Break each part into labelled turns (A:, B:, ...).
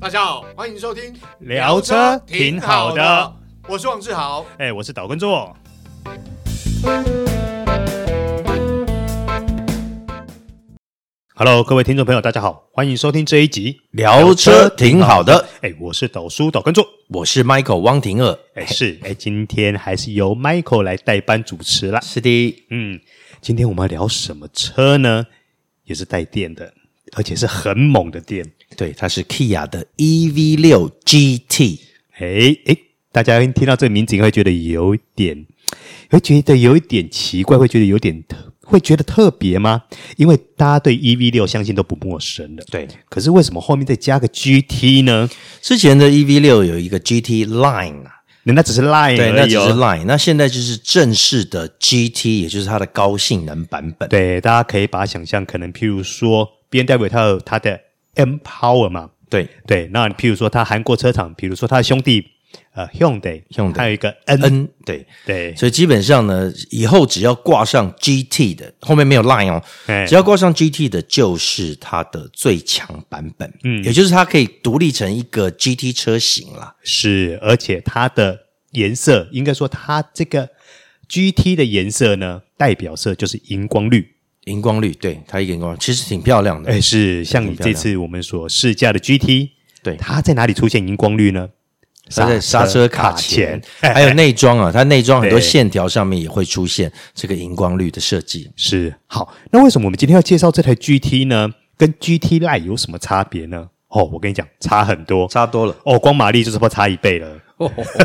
A: 大家好，欢迎收听
B: 聊车挺好的，
A: 我是王志豪。
B: 哎、我是岛根座。Hello，各位听众朋友，大家好，欢迎收听这一集。
C: 聊车挺好的，
B: 哎、我是岛叔岛根座。
C: 我是 Michael 汪廷锷。
B: 哎、是，哎、今天还是由 Michael 来代班主持啦。
C: 是的，
B: 嗯，今天我们要聊什么车呢？也是带电的，而且是很猛的电。
C: 对，它是 Kia 的 EV 六 GT。
B: 哎哎，大家听到这个名字你会觉得有点，会觉得有一点奇怪，会觉得有点特，会觉得特别吗？因为大家对 EV 六相信都不陌生了。
C: 对，
B: 可是为什么后面再加个 GT 呢？
C: 之前的 EV 六有一个 GT Line 啊，
B: 人家只是 Line
C: 对，那
B: 而
C: 只
B: 已、
C: 是
B: 哦。
C: Line，那现在就是正式的 GT，也就是它的高性能版本。
B: 对，大家可以把它想象，可能譬如说 B N W 它有它的 M Power 嘛，
C: 对
B: 对，那譬如说它韩国车厂，比如说它的兄弟呃 Hyundai，
C: Hyundai
B: 还有一个 N，,
C: N 对，
B: 对，
C: 所以基本上呢，以后只要挂上 GT 的，后面没有 Line 哦
B: 哎，
C: 只要挂上 GT 的，就是它的最强版本，嗯，也就是它可以独立成一个 GT 车型啦。
B: 是，而且它的颜色，应该说它这个 GT 的颜色呢，代表色就是荧光绿。
C: 荧光绿，对，它一个荧光，其实挺漂亮的。
B: 哎，是像这次我们所试驾的 GT，
C: 对
B: 它在哪里出现荧光绿呢？
C: 它在刹车卡
B: 前
C: 钳，，还有内装啊，它内装很多
B: 对
C: 线条上面也会出现这个荧光绿的设计。
B: 是好。那为什么我们今天要介绍这台 GT 呢？跟 GT Line 有什么差别呢？哦，我跟你讲，差很多。
C: 差多了，
B: 哦，光马力就差不多差一倍了。
C: 哦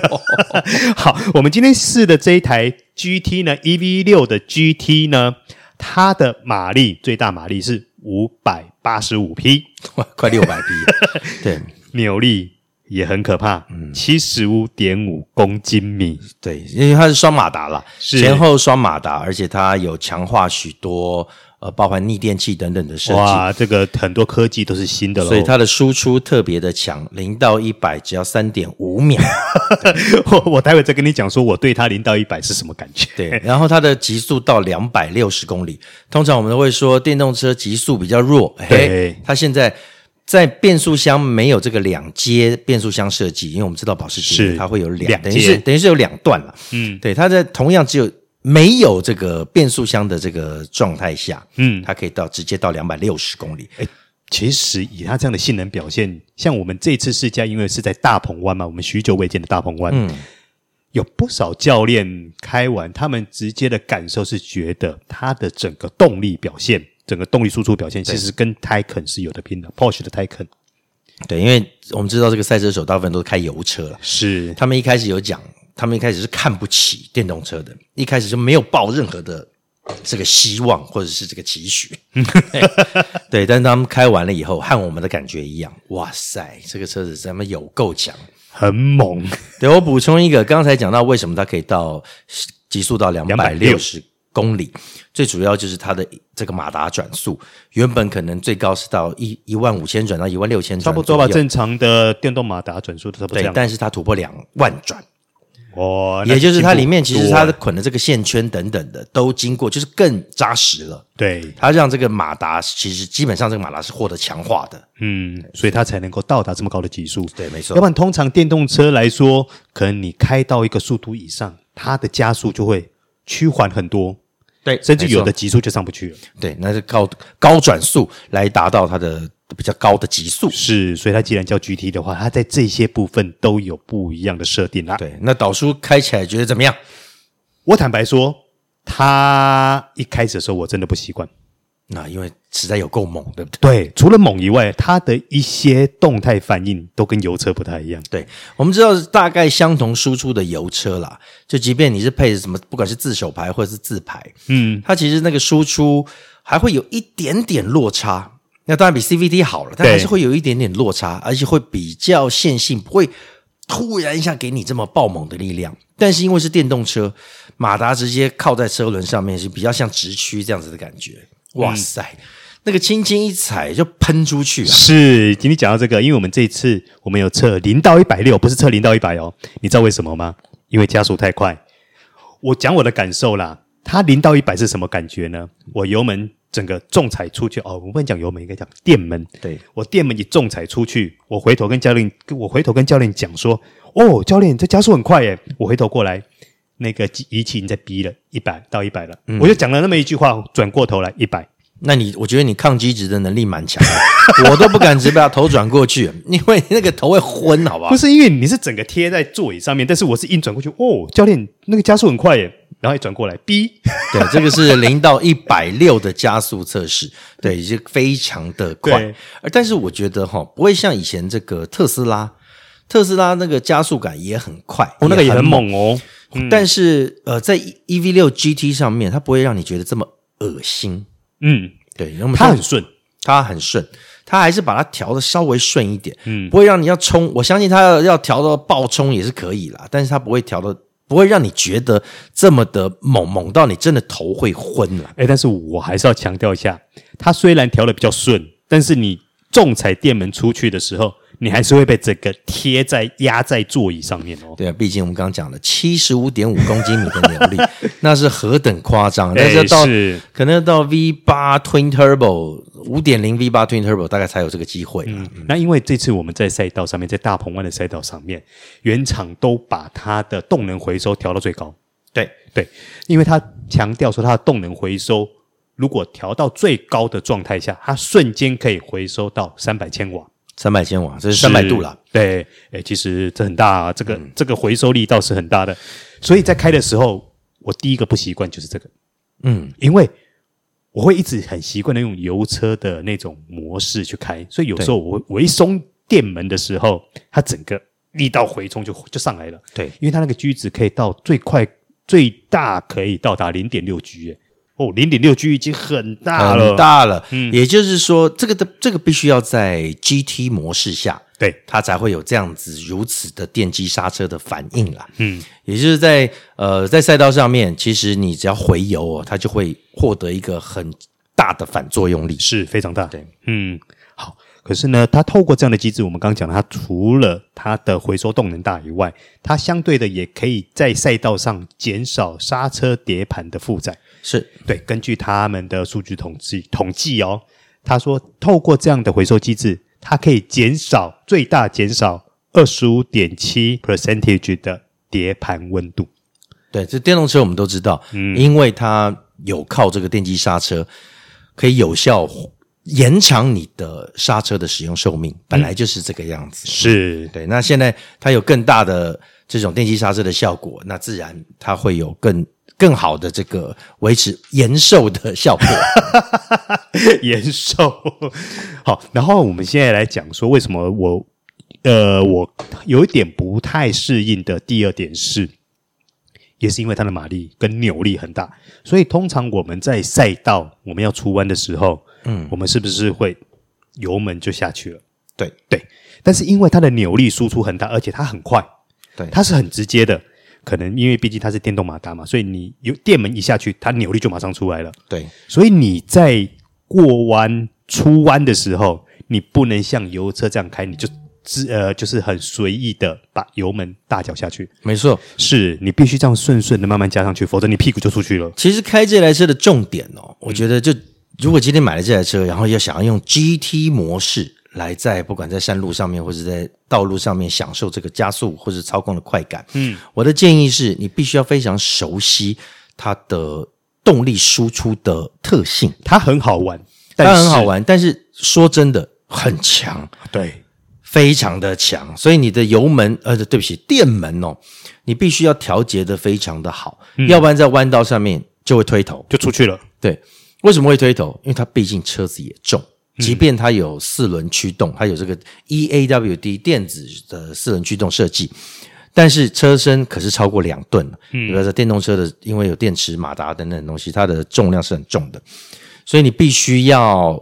B: 好，我们今天试的这一台 GT 呢，EV 六的 GT 呢，它的马力最大马力是五百八十五匹，
C: 快六百匹。对
B: 扭力也很可怕，
C: 嗯
B: 七十五点五公斤米。
C: 对，因为它是双马达啦，
B: 是
C: 前后双马达，而且它有强化许多呃，包含逆电器等等的设计。
B: 哇，这个很多科技都是新的喽。
C: 所以它的输出特别的强，零到一百只要三点五秒。
B: 我我待会再跟你讲说我对它零到一百是什么感觉。
C: 对，然后它的极速到两百六十公里。通常我们都会说电动车极速比较弱，
B: 对
C: 嘿，它现在在变速箱没有这个两阶变速箱设计，因为我们知道保时捷
B: 是
C: 它会有两，
B: 两
C: 等于
B: 阶
C: 是等于是有两段了。嗯，对，它在同样只有没有这个变速箱的这个状态下，
B: 嗯
C: 它可以到直接到两百六十公里。
B: 其实以它这样的性能表现，像我们这次试驾，因为是在大鹏湾嘛，我们许久未见的大鹏湾，有不少教练开完，他们直接的感受是觉得它的整个动力表现，整个动力输出表现，其实跟 Taycan 是有的拼的，Porsche 的 Taycan
C: 对，因为我们知道这个赛车手大部分都是开油车了，
B: 是
C: 他们一开始有讲，他们一开始是看不起电动车的，一开始就没有抱任何的这个希望或者是这个期 许。对，但是他们开完了以后，和我们的感觉一样，哇塞，这个车子咱们有够强。
B: 很猛，
C: 对我补充一个，刚才讲到为什么它可以到极速到两百六十公里，最主要就是它的这个马达转速，原本可能最高是到一一万五千转到一万六千转，
B: 差不多吧，正常的电动马达转速都差不多这
C: 对
B: 样，。
C: 但是它突破两万转。
B: 哇，那
C: 也就是它
B: 进步
C: 里面其实
B: 多
C: 它
B: 了
C: 的捆的这个线圈等等的都经过，就是更扎实了。
B: 对，
C: 它让这个马达其实基本上这个马达是获得强化的，
B: 嗯，所以它才能够到达这么高的级数。
C: 对，没
B: 要
C: 错
B: 不，然通常电动车来说，可能你开到一个速度以上，它的加速就会趋缓很多，
C: 对，
B: 甚至有的
C: 没错
B: 极速就上不去了。
C: 对，那是高高转速来达到它的比较高的极速。
B: 是，所以它既然叫 GT 的话，它在这些部分都有不一样的设定啦。
C: 对，那导叔开起来觉得怎么样？
B: 我坦白说，它一开始的时候我真的不习惯。
C: 那因为实在有够猛，对不对？
B: 对，除了猛以外，它的一些动态反应都跟油车不太一样。
C: 对，我们知道大概相同输出的油车啦，就即便你是配什么，不管是自手排或者是自排，
B: 嗯，
C: 它其实那个输出还会有一点点落差。那当然比 CVT 好了，但还是会有一点点落差，而且会比较线性，不会突然一下给你这么爆猛的力量。但是因为是电动车，马达直接靠在车轮上面，是比较像直驱这样子的感觉。哇塞，那个轻轻一踩就喷出去啊！
B: 是，今天讲到这个，因为我们这一次我们有测零到一百六，不是测零到一百哦。你知道为什么吗？因为加速太快。我讲我的感受啦，它零到一百是什么感觉呢？我油门整个仲裁出去哦，我不能讲油门，应该讲电门。
C: 对，
B: 我电门一仲裁出去，我回头跟教练，我回头跟教练讲说，哦，教练，这加速很快耶！我回头过来，那个机仪器已经在逼了，一百到一百了，我就讲了那么一句话，转过头来一百。
C: 那你我觉得你抗击值的能力蛮强的， 我都不敢直接把头转过去， 因为那个头会昏，好不好
B: 不？是因为你是整个贴在座椅上面，但是我是硬转过去，哦，教练，那个加速很快耶！然后一转过来，逼，
C: 对，这个是零到一百六的加速测试，对，已经非常的快
B: 对。
C: 而但是我觉得哈，不会像以前这个特斯拉，特斯拉那个加速感也很快，
B: 哦，那个也很
C: 很
B: 猛哦。嗯
C: 但是呃，在 E V 六 G T 上面，它不会让你觉得这么恶心。
B: 嗯，
C: 对，那么
B: 它很顺，
C: 它很顺，它还是把它调的稍微顺一点，嗯，不会让你要冲。我相信它要要调到爆冲也是可以啦，但是它不会调的，不会让你觉得这么的猛猛到你真的头会昏了。
B: 哎，但是我还是要强调一下，它虽然调的比较顺，但是你仲裁电门出去的时候，你还是会被整个贴在压在座椅上面哦。
C: 对啊，毕竟我们刚刚讲了七十五点五公斤米的扭力， 那是何等夸张！但
B: 哎
C: 是要到
B: 是
C: 可能要到 V 八 Twin Turbo 五点零 V 八 Twin Turbo 大概才有这个机会啦。
B: 嗯那因为这次我们在赛道上面，在大鹏湾的赛道上面，原厂都把它的动能回收调到最高。
C: 对，
B: 对，因为它强调说它的动能回收如果调到最高的状态下，它瞬间可以回收到三百千瓦。
C: 三百千瓦，这是三百度啦。嗯
B: 对，哎，其实这很大、啊，这个、这个回收力倒是很大的。所以在开的时候，我第一个不习惯就是这个，
C: 嗯，
B: 因为我会一直很习惯的用油车的那种模式去开，所以有时候我我一松电门的时候，它整个力道回冲就就上来了。
C: 对，
B: 因为它那个 G 值可以到最快最大可以到达零点六 G 耶，哦，零点六 G 已经很大了，嗯
C: 很嗯大了。也就是说，这个的这个必须要在 GT 模式下，
B: 对，
C: 它才会有这样子如此的电机刹车的反应啦。嗯，也就是在呃在赛道上面，其实你只要回油哦，它就会获得一个很大的反作用力。
B: 是非常大。
C: 对，
B: 嗯，好。可是呢，它透过这样的机制，我们刚刚讲了，它除了它的回收动能大以外，它相对的也可以在赛道上减少刹车碟盘的负载。
C: 是
B: 对，根据他们的数据统计统计哦，他说透过这样的回收机制，它可以减少最大减少二十五点七 percentage 的碟盘温度。
C: 对，这电动车我们都知道，因为它有靠这个电机刹车，可以有效延长你的刹车的使用寿命，本来就是这个样子。
B: 是，
C: 对，那现在它有更大的这种电机刹车的效果，那自然它会有更更好的这个维持延寿的效果。
B: 延寿。 好，然后我们现在来讲说，为什么我呃我有一点不太适应的第二点是，也是因为它的马力跟扭力很大，所以通常我们在赛道我们要出弯的时候，嗯，我们是不是会油门就下去了？
C: 对
B: 对，但是因为它的扭力输出很大，而且它很快，
C: 对
B: 它是很直接的。可能因为毕竟它是电动马达嘛，所以你有电门一下去，它扭力就马上出来了。
C: 对
B: 所以你在过弯、出弯的时候，你不能像油车这样开，你就自呃就是很随意的把油门大脚下去，
C: 没错。
B: 是你必须这样顺顺的慢慢加上去，否则你屁股就出去了。
C: 其实开这台车的重点哦，我觉得就如果今天买了这台车，然后要想要用 GT 模式来在不管在山路上面或者在道路上面享受这个加速或者操控的快感，嗯，我的建议是你必须要非常熟悉它的动力输出的特性。
B: 它很好玩，但
C: 它
B: 是
C: 很好，玩，但是说真的很强，
B: 对，
C: 非常的强，所以你的油门，呃，对不起，电门哦，你必须要调节的非常的好，
B: 嗯
C: 要不然在弯道上面就会推头。
B: 就出去了。
C: 对，为什么会推头？因为它毕竟车子也重，
B: 嗯
C: 即便它有四轮驱动，它有这个 E A W D 电子的四轮驱动设计，但是车身可是超过两吨了。
B: 嗯
C: 比如说电动车的，因为有电池、马达等等东西，它的重量是很重的，所以你必须要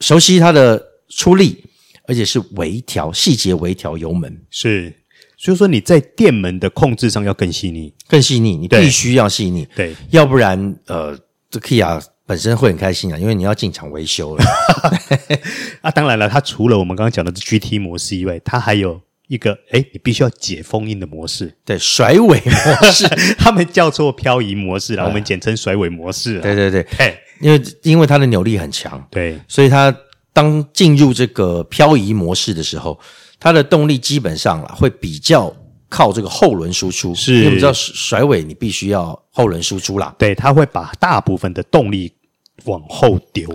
C: 熟悉它的出力，而且是微调细节微调油门
B: 是，所以说你在电门的控制上要更细腻。
C: 更细腻，你
B: 对
C: 必须要细腻。
B: 对，
C: 要不然呃，这 Kia 本身会很开心啊，因为你要进厂维修了。
B: 啊，当然了，它除了我们刚刚讲的 GT 模式以外，它还有一个，哎，你必须要解封印的模式，
C: 对，甩尾模式，
B: 他们叫做漂移模式啦，我们简称甩尾模式啦。
C: 对对对，
B: 哎，
C: 因为因为它的扭力很强，
B: 对，
C: 所以它当进入这个漂移模式的时候，它的动力基本上啦会比较靠这个后轮输出。
B: 是
C: 因为我们知道甩甩尾你必须要后轮输出啦，
B: 对，它会把大部分的动力往后丢。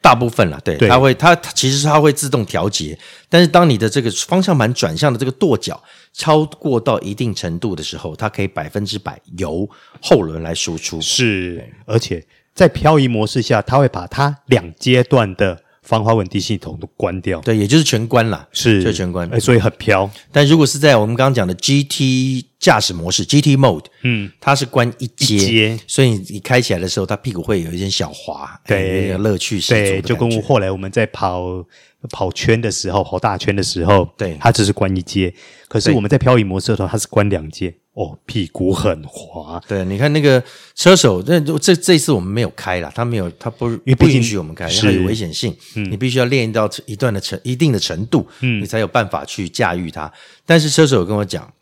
C: 大部分啦，对，
B: 对
C: 它会它它其实它会自动调节，但是当你的这个方向盘转向的这个跺脚超过到一定程度的时候，它可以百分之百由后轮来输出。
B: 是，而且在漂移模式下，它会把它两阶段的防滑稳定系统都关掉。
C: 对，也就是全关啦，
B: 是
C: 就全关。
B: 哎所以很飘。
C: 但如果是在我们刚刚讲的 GT 驾驶模式 GT Mode，嗯，它是关一阶，
B: 一阶
C: 所以你你开起来的时候，它屁股会有一点小滑，
B: 对
C: 哎那个乐趣十足的
B: 对，就跟
C: 感
B: 我
C: 觉
B: 后来我们在跑跑圈的时候，跑大圈的时候，
C: 对
B: 它只是关一阶，可是我们在漂移模式的时候，它是关两阶。哦，屁股很滑，
C: 对，你看那个车手，那这这次我们没有开啦，他没有，他不
B: 为
C: 不
B: 毕竟
C: 允许我们开，
B: 是嗯
C: 它有危险性，你必须要练到一段的程一定的程度，你才有办法去驾驭它。但是车手有跟我讲，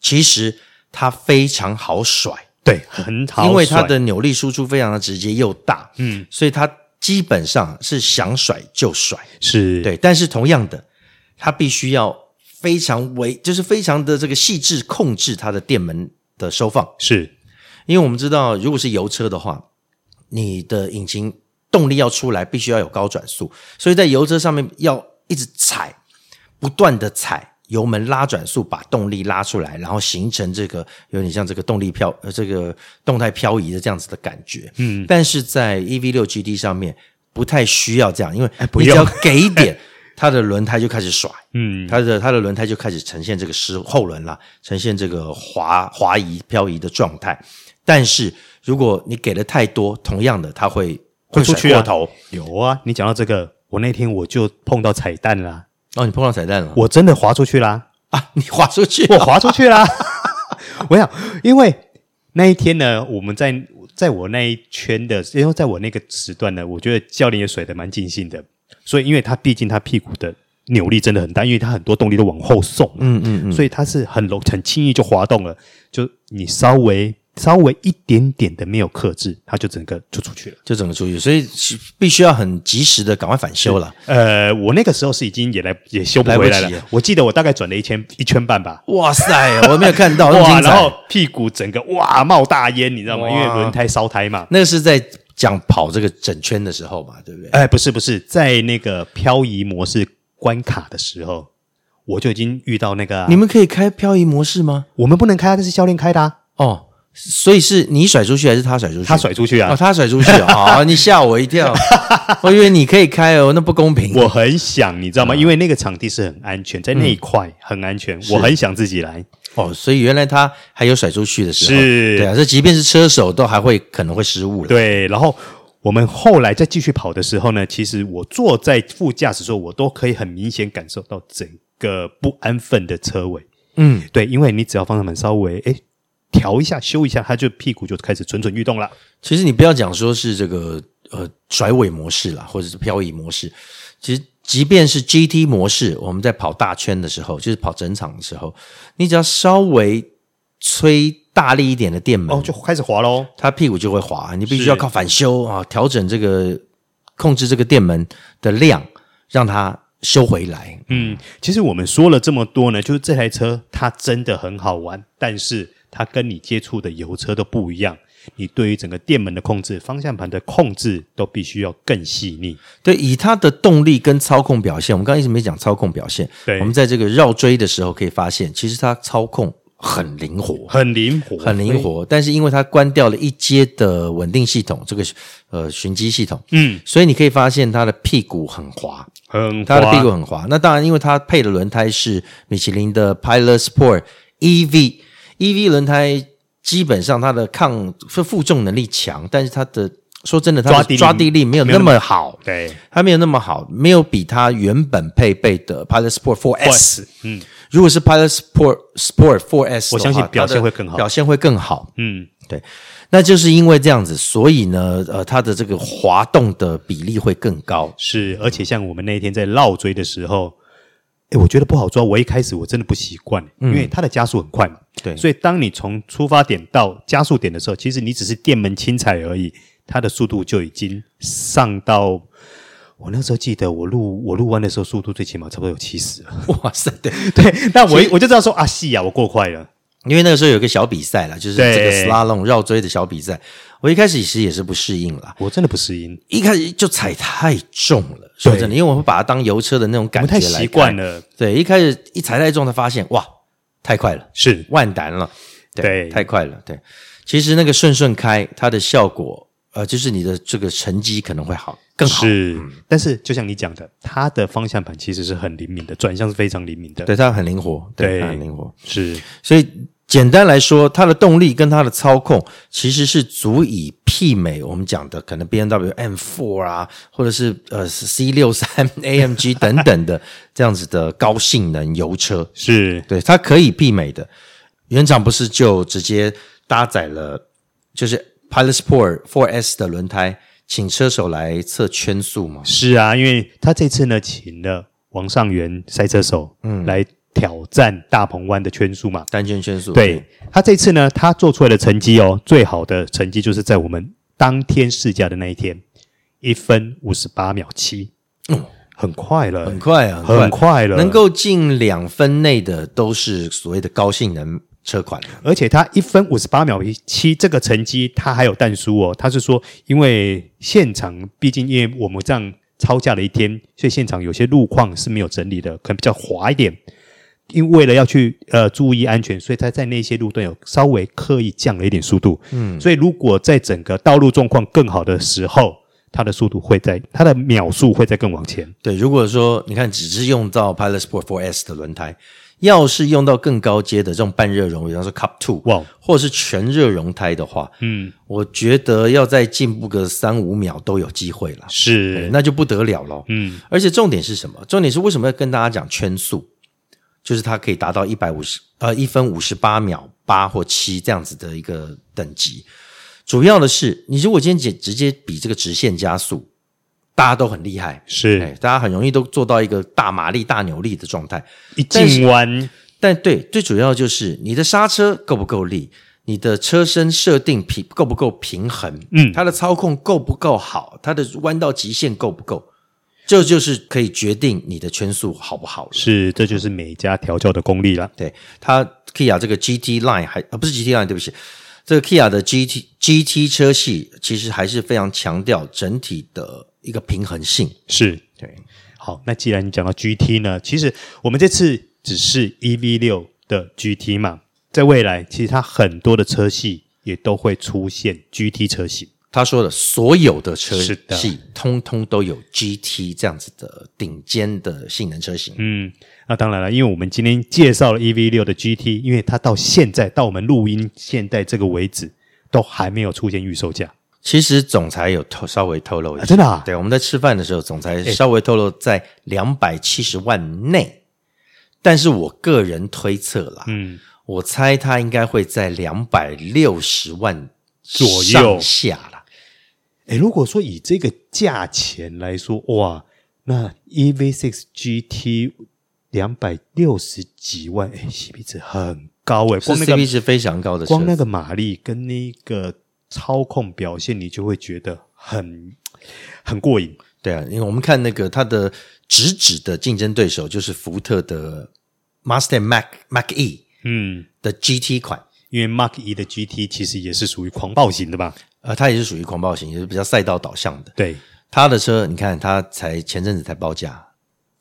C: 其实它非常好甩，
B: 对， 很好甩，
C: 因为它的扭力输出非常的直接又大，嗯，所以它基本上是想甩就甩，
B: 是
C: 对。但是同样的，它必须要非常为，就是非常的这个细致控制它的电门的收放，
B: 是
C: 因为我们知道，如果是油车的话，你的引擎动力要出来，必须要有高转速，所以在油车上面要一直踩，不断的踩油门拉转速，把动力拉出来，然后形成这个有点像这个动力漂呃这个动态漂移的这样子的感觉。嗯，但是在 EV 六 GT 上面不太需要这样，因为
B: 哎不
C: 你只
B: 用
C: 要给一 点，它的轮胎就开始甩。
B: 嗯，
C: 它的它的轮胎就开始呈现这个失后轮啦，呈现这个滑滑移漂移的状态。但是如果你给的太多，同样的它会
B: 会出
C: 甩
B: 去啊
C: 过头。
B: 有啊。你讲到这个，我那天我就碰到彩蛋啦，
C: 哦，你碰到彩蛋了，
B: 我真的滑出去啦。
C: 啊，你滑出去，
B: 我滑出去啦。 我想，因为那一天呢，我们在在我那一圈的，因为在我那个时段呢，我觉得教练也甩得蛮尽兴的，所以因为他毕竟他屁股的扭力真的很大，因为他很多动力都往后送，嗯嗯嗯，所以他是很容很轻易就滑动了，就你稍微稍微一点点的没有克制，他就整个就出去了。
C: 就整个出去，所以是必须要很及时的赶快返修了。
B: 呃，我那个时候是已经也来也修不
C: 来不
B: 回来
C: 及了
B: 了，我记得我大概转了一圈一圈半吧，
C: 哇塞，我没有看到，那 么
B: 哇，
C: 精彩
B: 然后屁股整个哇冒大烟，你知道吗？
C: 哇
B: 因为轮胎烧胎嘛。
C: 那是在讲跑这个整圈的时候嘛，对不对？
B: 哎，不是不是，在那个漂移模式关卡的时候，我就已经遇到那个啊、
C: 你们可以开漂移模式吗？
B: 我们不能开啊，这是教练开的啊，
C: 哦，所以是你甩出去还是他甩出去？
B: 他甩出去啊，
C: 哦，他 甩出去了啊、哦！你吓我一跳，我以为你可以开哦，那不公平。
B: 我很想，你知道
C: 嗯
B: 吗？因为那个场地是很安全，在那一块很安全，我很想自己来。
C: 哦，所以原来他还有甩出去的时候，
B: 是
C: 对啊，这即便是车手都还会可能会失误了。
B: 对，然后我们后来再继续跑的时候呢，其实我坐在副驾驶座，我都可以很明显感受到整个不安分的车尾。
C: 嗯，
B: 对，因为你只要方向盘稍微哎调一下、修一下，它就屁股就开始蠢蠢欲动了。
C: 其实你不要讲说是这个呃甩尾模式啦，或者是漂移模式，其实即便是 GT 模式，我们在跑大圈的时候，就是跑整场的时候，你只要稍微吹大力一点的电门，
B: 哦，就开始滑喽。
C: 它屁股就会滑，你必须
B: 是
C: 要靠反修啊，调整这个控制这个电门的量，让它修回来。
B: 嗯，其实我们说了这么多呢，就是这台车它真的很好玩，但是它跟你接触的油车都不一样。你对于整个电门的控制、方向盘的控制都必须要更细腻。
C: 对，以它的动力跟操控表现，我们刚刚一直没讲操控表现。
B: 对
C: 我们在这个绕追的时候可以发现，其实它操控很灵活，
B: 很灵活，
C: 很灵活。但是因为它关掉了一阶的稳定系统，这个呃循迹系统，
B: 嗯，
C: 所以你可以发现它的屁股很滑，
B: 很
C: 它的屁股
B: 滑
C: 很滑。那当然，因为它配的轮胎是米其林的 Pilot Sport E EV EV 轮胎，基本上它的抗负负重能力强，但是它的说真的，它
B: 抓
C: 的
B: 地力
C: 抓地力没有
B: 没有
C: 那
B: 那
C: 么好，
B: 对
C: 它没有那么好，没有比它原本配备的 Pilot Sport 4S。
B: 嗯
C: 如果是 Pilot Sport Sport 4S，
B: 我相信
C: 的话
B: 表现会
C: 它的
B: 更好
C: 表现会更好。
B: 嗯，
C: 对，那就是因为这样子，所以呢，呃，它的这个滑动的比例会更高。
B: 是。而且像我们那一天在绕追的时候，哎，我觉得不好抓。我一开始我真的不习惯，因为它的加速很快嘛。
C: 对
B: 所以当你从出发点到加速点的时候，其实你只是电门轻踩而已，他的速度就已经上到。我那时候记得我录我录完的时候，速度最起码差不多有七十了。
C: 哇塞，对，
B: 对，那我我就知道说啊，戏啊，我过快了。
C: 因为那个时候有个小比赛啦，就是
B: 对
C: 这个 slalom 绕锥的小比赛。我一开始其实也是不适应啦，
B: 我真的不适应，
C: 一开始就踩太重了。说真的，因为我会把它当油车的那种
B: 我
C: 感
B: 们
C: 觉
B: 太
C: 来
B: 习
C: 看
B: 惯。了。
C: 对，一开始一踩太重，才发现哇，太快了，
B: 是
C: 万难了。
B: 对
C: 太快了。对，其实那个顺顺开，它的效果呃，就是你的这个成绩可能会好更好。
B: 是，但是就像你讲的，它的方向盘其实是很灵敏的，转向是非常灵敏的。
C: 对，它很灵活，
B: 对
C: 它很灵活。
B: 是
C: 所以简单来说，它的动力跟它的操控其实是足以媲美我们讲的可能 B N W M 4啊，或者是呃 C 六三 A M G 等等的这样子的高性能油车，
B: 是，
C: 对，它可以媲美的。原厂不是就直接搭载了就是 Pilot Sport 4S 的轮胎，请车手来测圈速吗？
B: 是啊，因为他这次呢，请了王上元赛车手，嗯，来挑战大鹏湾的圈数嘛。
C: 单圈圈速
B: 对他这次呢，他做出来的成绩哦，最好的成绩就是在我们当天试驾的那一天，一分五十八秒七，哦很快了，
C: 很快啊，
B: 很快了，
C: 能够进两分内的都是所谓的高性能车款。
B: 而且他一分五十八秒七这个成绩，他还有淡书哦。他是说，因为现场毕竟因为我们这样超价了一天，所以现场有些路况是没有整理的，可能比较滑一点。因为为了要去呃注意安全，所以他在那些路段有稍微刻意降了一点速度。嗯，所以如果在整个道路状况更好的时候，他的速度会在他的秒数会再更往前。
C: 对，如果说你看只是用到 Pilot Sport 4S 的轮胎，要是用到更高阶的这种半热熔，比方说 Cup Two，
B: 哇
C: 或者是全热熔胎的话，嗯，我觉得要再进步个三五秒都有机会了，哎
B: 是，
C: 那就不得了喽。
B: 嗯，
C: 而且重点是什么？重点是为什么要跟大家讲圈速？就是它可以达到一百五十呃一分五十八秒八或七这样子的一个等级。主要的是，你如果今天直直接比这个直线加速，大家都很厉害，哎
B: 是，
C: 大家很容易都做到一个大马力、大扭力的状态。
B: 一
C: 但是
B: 进弯
C: 但对，最主要就是你的刹车够不够力，你的车身设定平够不够平衡，
B: 嗯
C: 它的操控够不够好，它的弯道极限够不够，这就是可以决定你的圈速好不好了。
B: 是，这就是每家调教的功力了。
C: 对，它 Kia 这个 GT Line 还啊不是 GT Line，对不起，这个 Kia 的 GT GT 车系其实还是非常强调整体的一个平衡性。
B: 是，
C: 对，
B: 好，那既然你讲到 GT 呢，其实我们这次只是 EV 六的 GT 嘛，在未来其实它很多的车系也都会出现 GT 车型。
C: 他说的所有的车
B: 是的
C: 系通通都有 GT 这样子的顶尖的性能车型。
B: 嗯，那当然了，因为我们今天介绍了 EV 六的 GT，因为它到现在到我们录音现在这个为止，都还没有出现预售价。
C: 其实总裁有透稍微透露一下，
B: 啊真的哎啊
C: 对，我们在吃饭的时候，总裁稍微透露在两百七十万内，但是我个人推测啦，
B: 嗯，
C: 我猜他应该会在两百六十万
B: 左右
C: 上下啦。
B: 诶，如果说以这个价钱来说，哇，那 EV 6 GT 两百六十几万，诶 c p 值很高诶，
C: 是
B: 光那个
C: CP 值非常高的车
B: 光那
C: 子，
B: 个马力跟那个操控表现，你就会觉得很很过瘾。
C: 对啊，因为我们看那个它的直指的竞争对手就是福特的 Mustang Mach Mach E
B: 嗯，
C: 的 GT 款，
B: 因为 Mark E 一的 GT 其实也是属于狂暴型的吧？
C: 呃，它也是属于狂暴型，也是比较赛道导向的。
B: 对，
C: 他的车，你看他才前阵子才报价，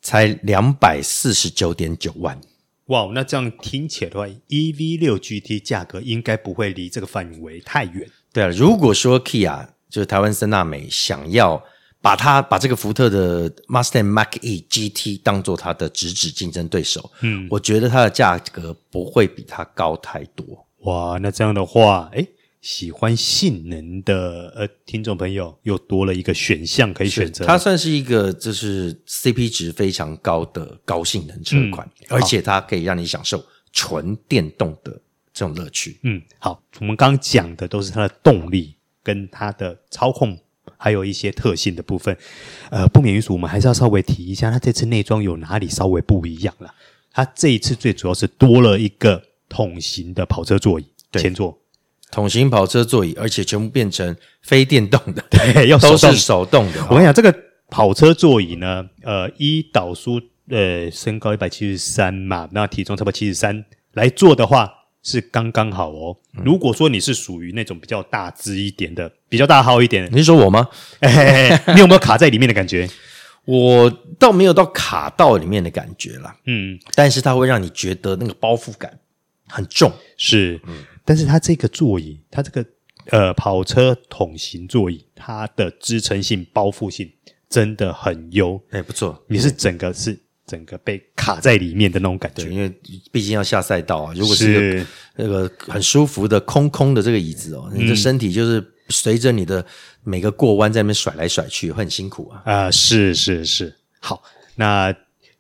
C: 才两百四十九点九万，
B: 哇，那这样听起来的话，EV 六 GT 价格应该不会离这个范围太远。
C: 对啊，如果说 Kia 就是台湾森纳美想要把它把这个福特的 Mustang Mach E GT 当做它的直指竞争对手，嗯，我觉得它的价格不会比它高太多。
B: 哇，那这样的话，哎，喜欢性能的呃听众朋友又多了一个选项可以选择。
C: 它算是一个就是 CP 值非常高的高性能车款，而且它可以让你享受纯电动的这种乐趣。
B: 嗯，好，我们刚刚讲的都是它的动力跟它的操控，还有一些特性的部分。呃，不免于俗，我们还是要稍微提一下，它这次内装有哪里稍微不一样了？它这一次最主要是多了一个桶型的跑车座椅，
C: 对
B: 前座
C: 桶型跑车座椅，而且全部变成非电动的，
B: 对，要手
C: 都
B: 动
C: 是手动的。
B: 我跟你讲，这个跑车座椅呢，呃，一导叔呃身高一百七十三嘛，那体重差不多七十三来做的话是刚刚好哦。
C: 嗯
B: 如果说你是属于那种比较大只一点的、比较大号一 点的，
C: 你是说我吗？
B: 哎哎哎 你有没有卡在里面的感觉？
C: 我倒没有到卡到里面的感觉啦，
B: 嗯，
C: 但是它会让你觉得那个包袱感很重。
B: 是，
C: 嗯
B: 但是它这个座椅，它这个呃跑车桶型座椅，它的支撑性、包覆性真的很优，
C: 哎、不错，
B: 你是整个是整个被卡在里面的那种感觉。
C: 因为毕竟要下赛道啊。如果是一个
B: 是
C: 那个很舒服的空空的这个椅子哦，
B: 嗯
C: 你的身体就是随着你的每个过弯在那边甩来甩去，会很辛苦啊。
B: 啊、是是是，好，那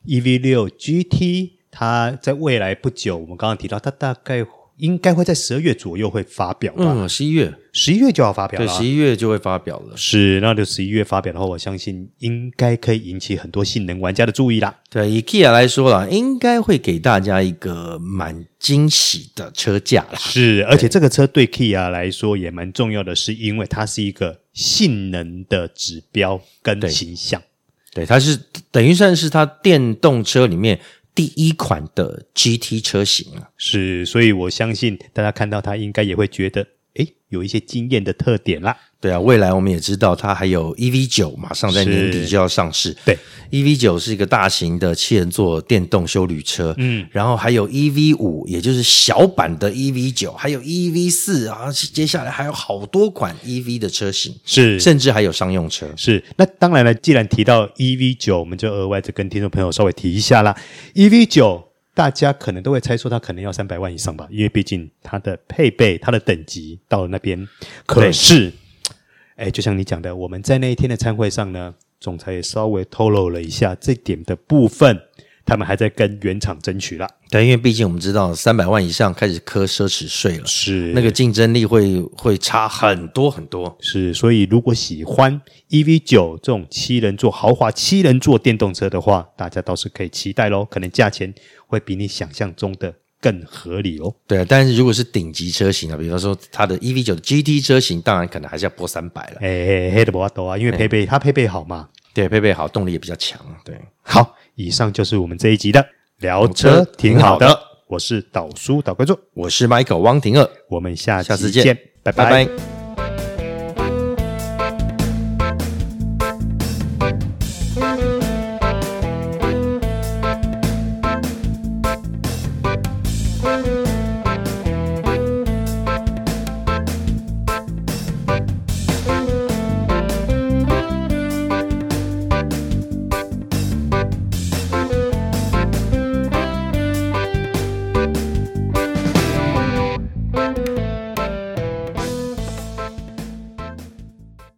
B: EV 六 GT 它在未来不久，我们刚刚提到，它大概应该会在十二月左右会发表吧，
C: 嗯，十一月，
B: 十一、月就要发表
C: 对，
B: 了啊
C: 十。一月就会发表了。
B: 是，那就十一月发表的话，我相信应该可以引起很多性能玩家的注意啦。
C: 对，以 Kia 来说啦，应该会给大家一个蛮惊喜的车价啦。
B: 是，而且这个车对 Kia 来说也蛮重要的，是因为它是一个性能的指标跟
C: 对
B: 形象。
C: 对，它是等于算是它电动车里面第一款的 GT 车型啊。
B: 是，所以我相信大家看到它，应该也会觉得，诶，有一些惊艳的特点啦。
C: 对啊，未来我们也知道它还有 EV 九，马上在年底就要上市。
B: 对
C: ，EV 九是一个大型的七人座电动休旅车，嗯，然后还有 EV 五，也就是小版的 EV 九，还有 EV 四啊，接下来还有好多款 EV 的车型，
B: 是
C: 甚至还有商用车。
B: 是，那当然了，既然提到 EV 九，我们就额外再跟听众朋友稍微提一下啦。EV 九大家可能都会猜说它可能要三百万以上吧，因为毕竟它的配备、它的等级到了那边。可
C: 对
B: 是，哎，就像你讲的，我们在那一天的参会上呢，总裁也稍微透露了一下这点的部分，他们还在跟原厂争取啦。
C: 对，因为毕竟我们知道三百万以上开始磕奢侈税了，
B: 是
C: 那个竞争力会会差很多很多。
B: 是，所以如果喜欢 EV 九这种七人座豪华七人座电动车的话，大家倒是可以期待喽，可能价钱会比你想象中的更合理哦。
C: 对啊，但是如果是顶级车型啊，比方说它的 EV 九 GT 车型，当然可能还是要破三百了。
B: 哎，黑的不多啊，因为配备它配备好嘛。
C: 对，配备好，动力也比较强。对，
B: 好，以上就是我们这一集的聊车，
C: 车
B: 挺
C: 挺
B: 好
C: 好的
B: 的。我是导叔导观众，
C: 我是 Michael 汪廷二，
B: 我们下
C: 下次
B: 期见，
C: 见，拜拜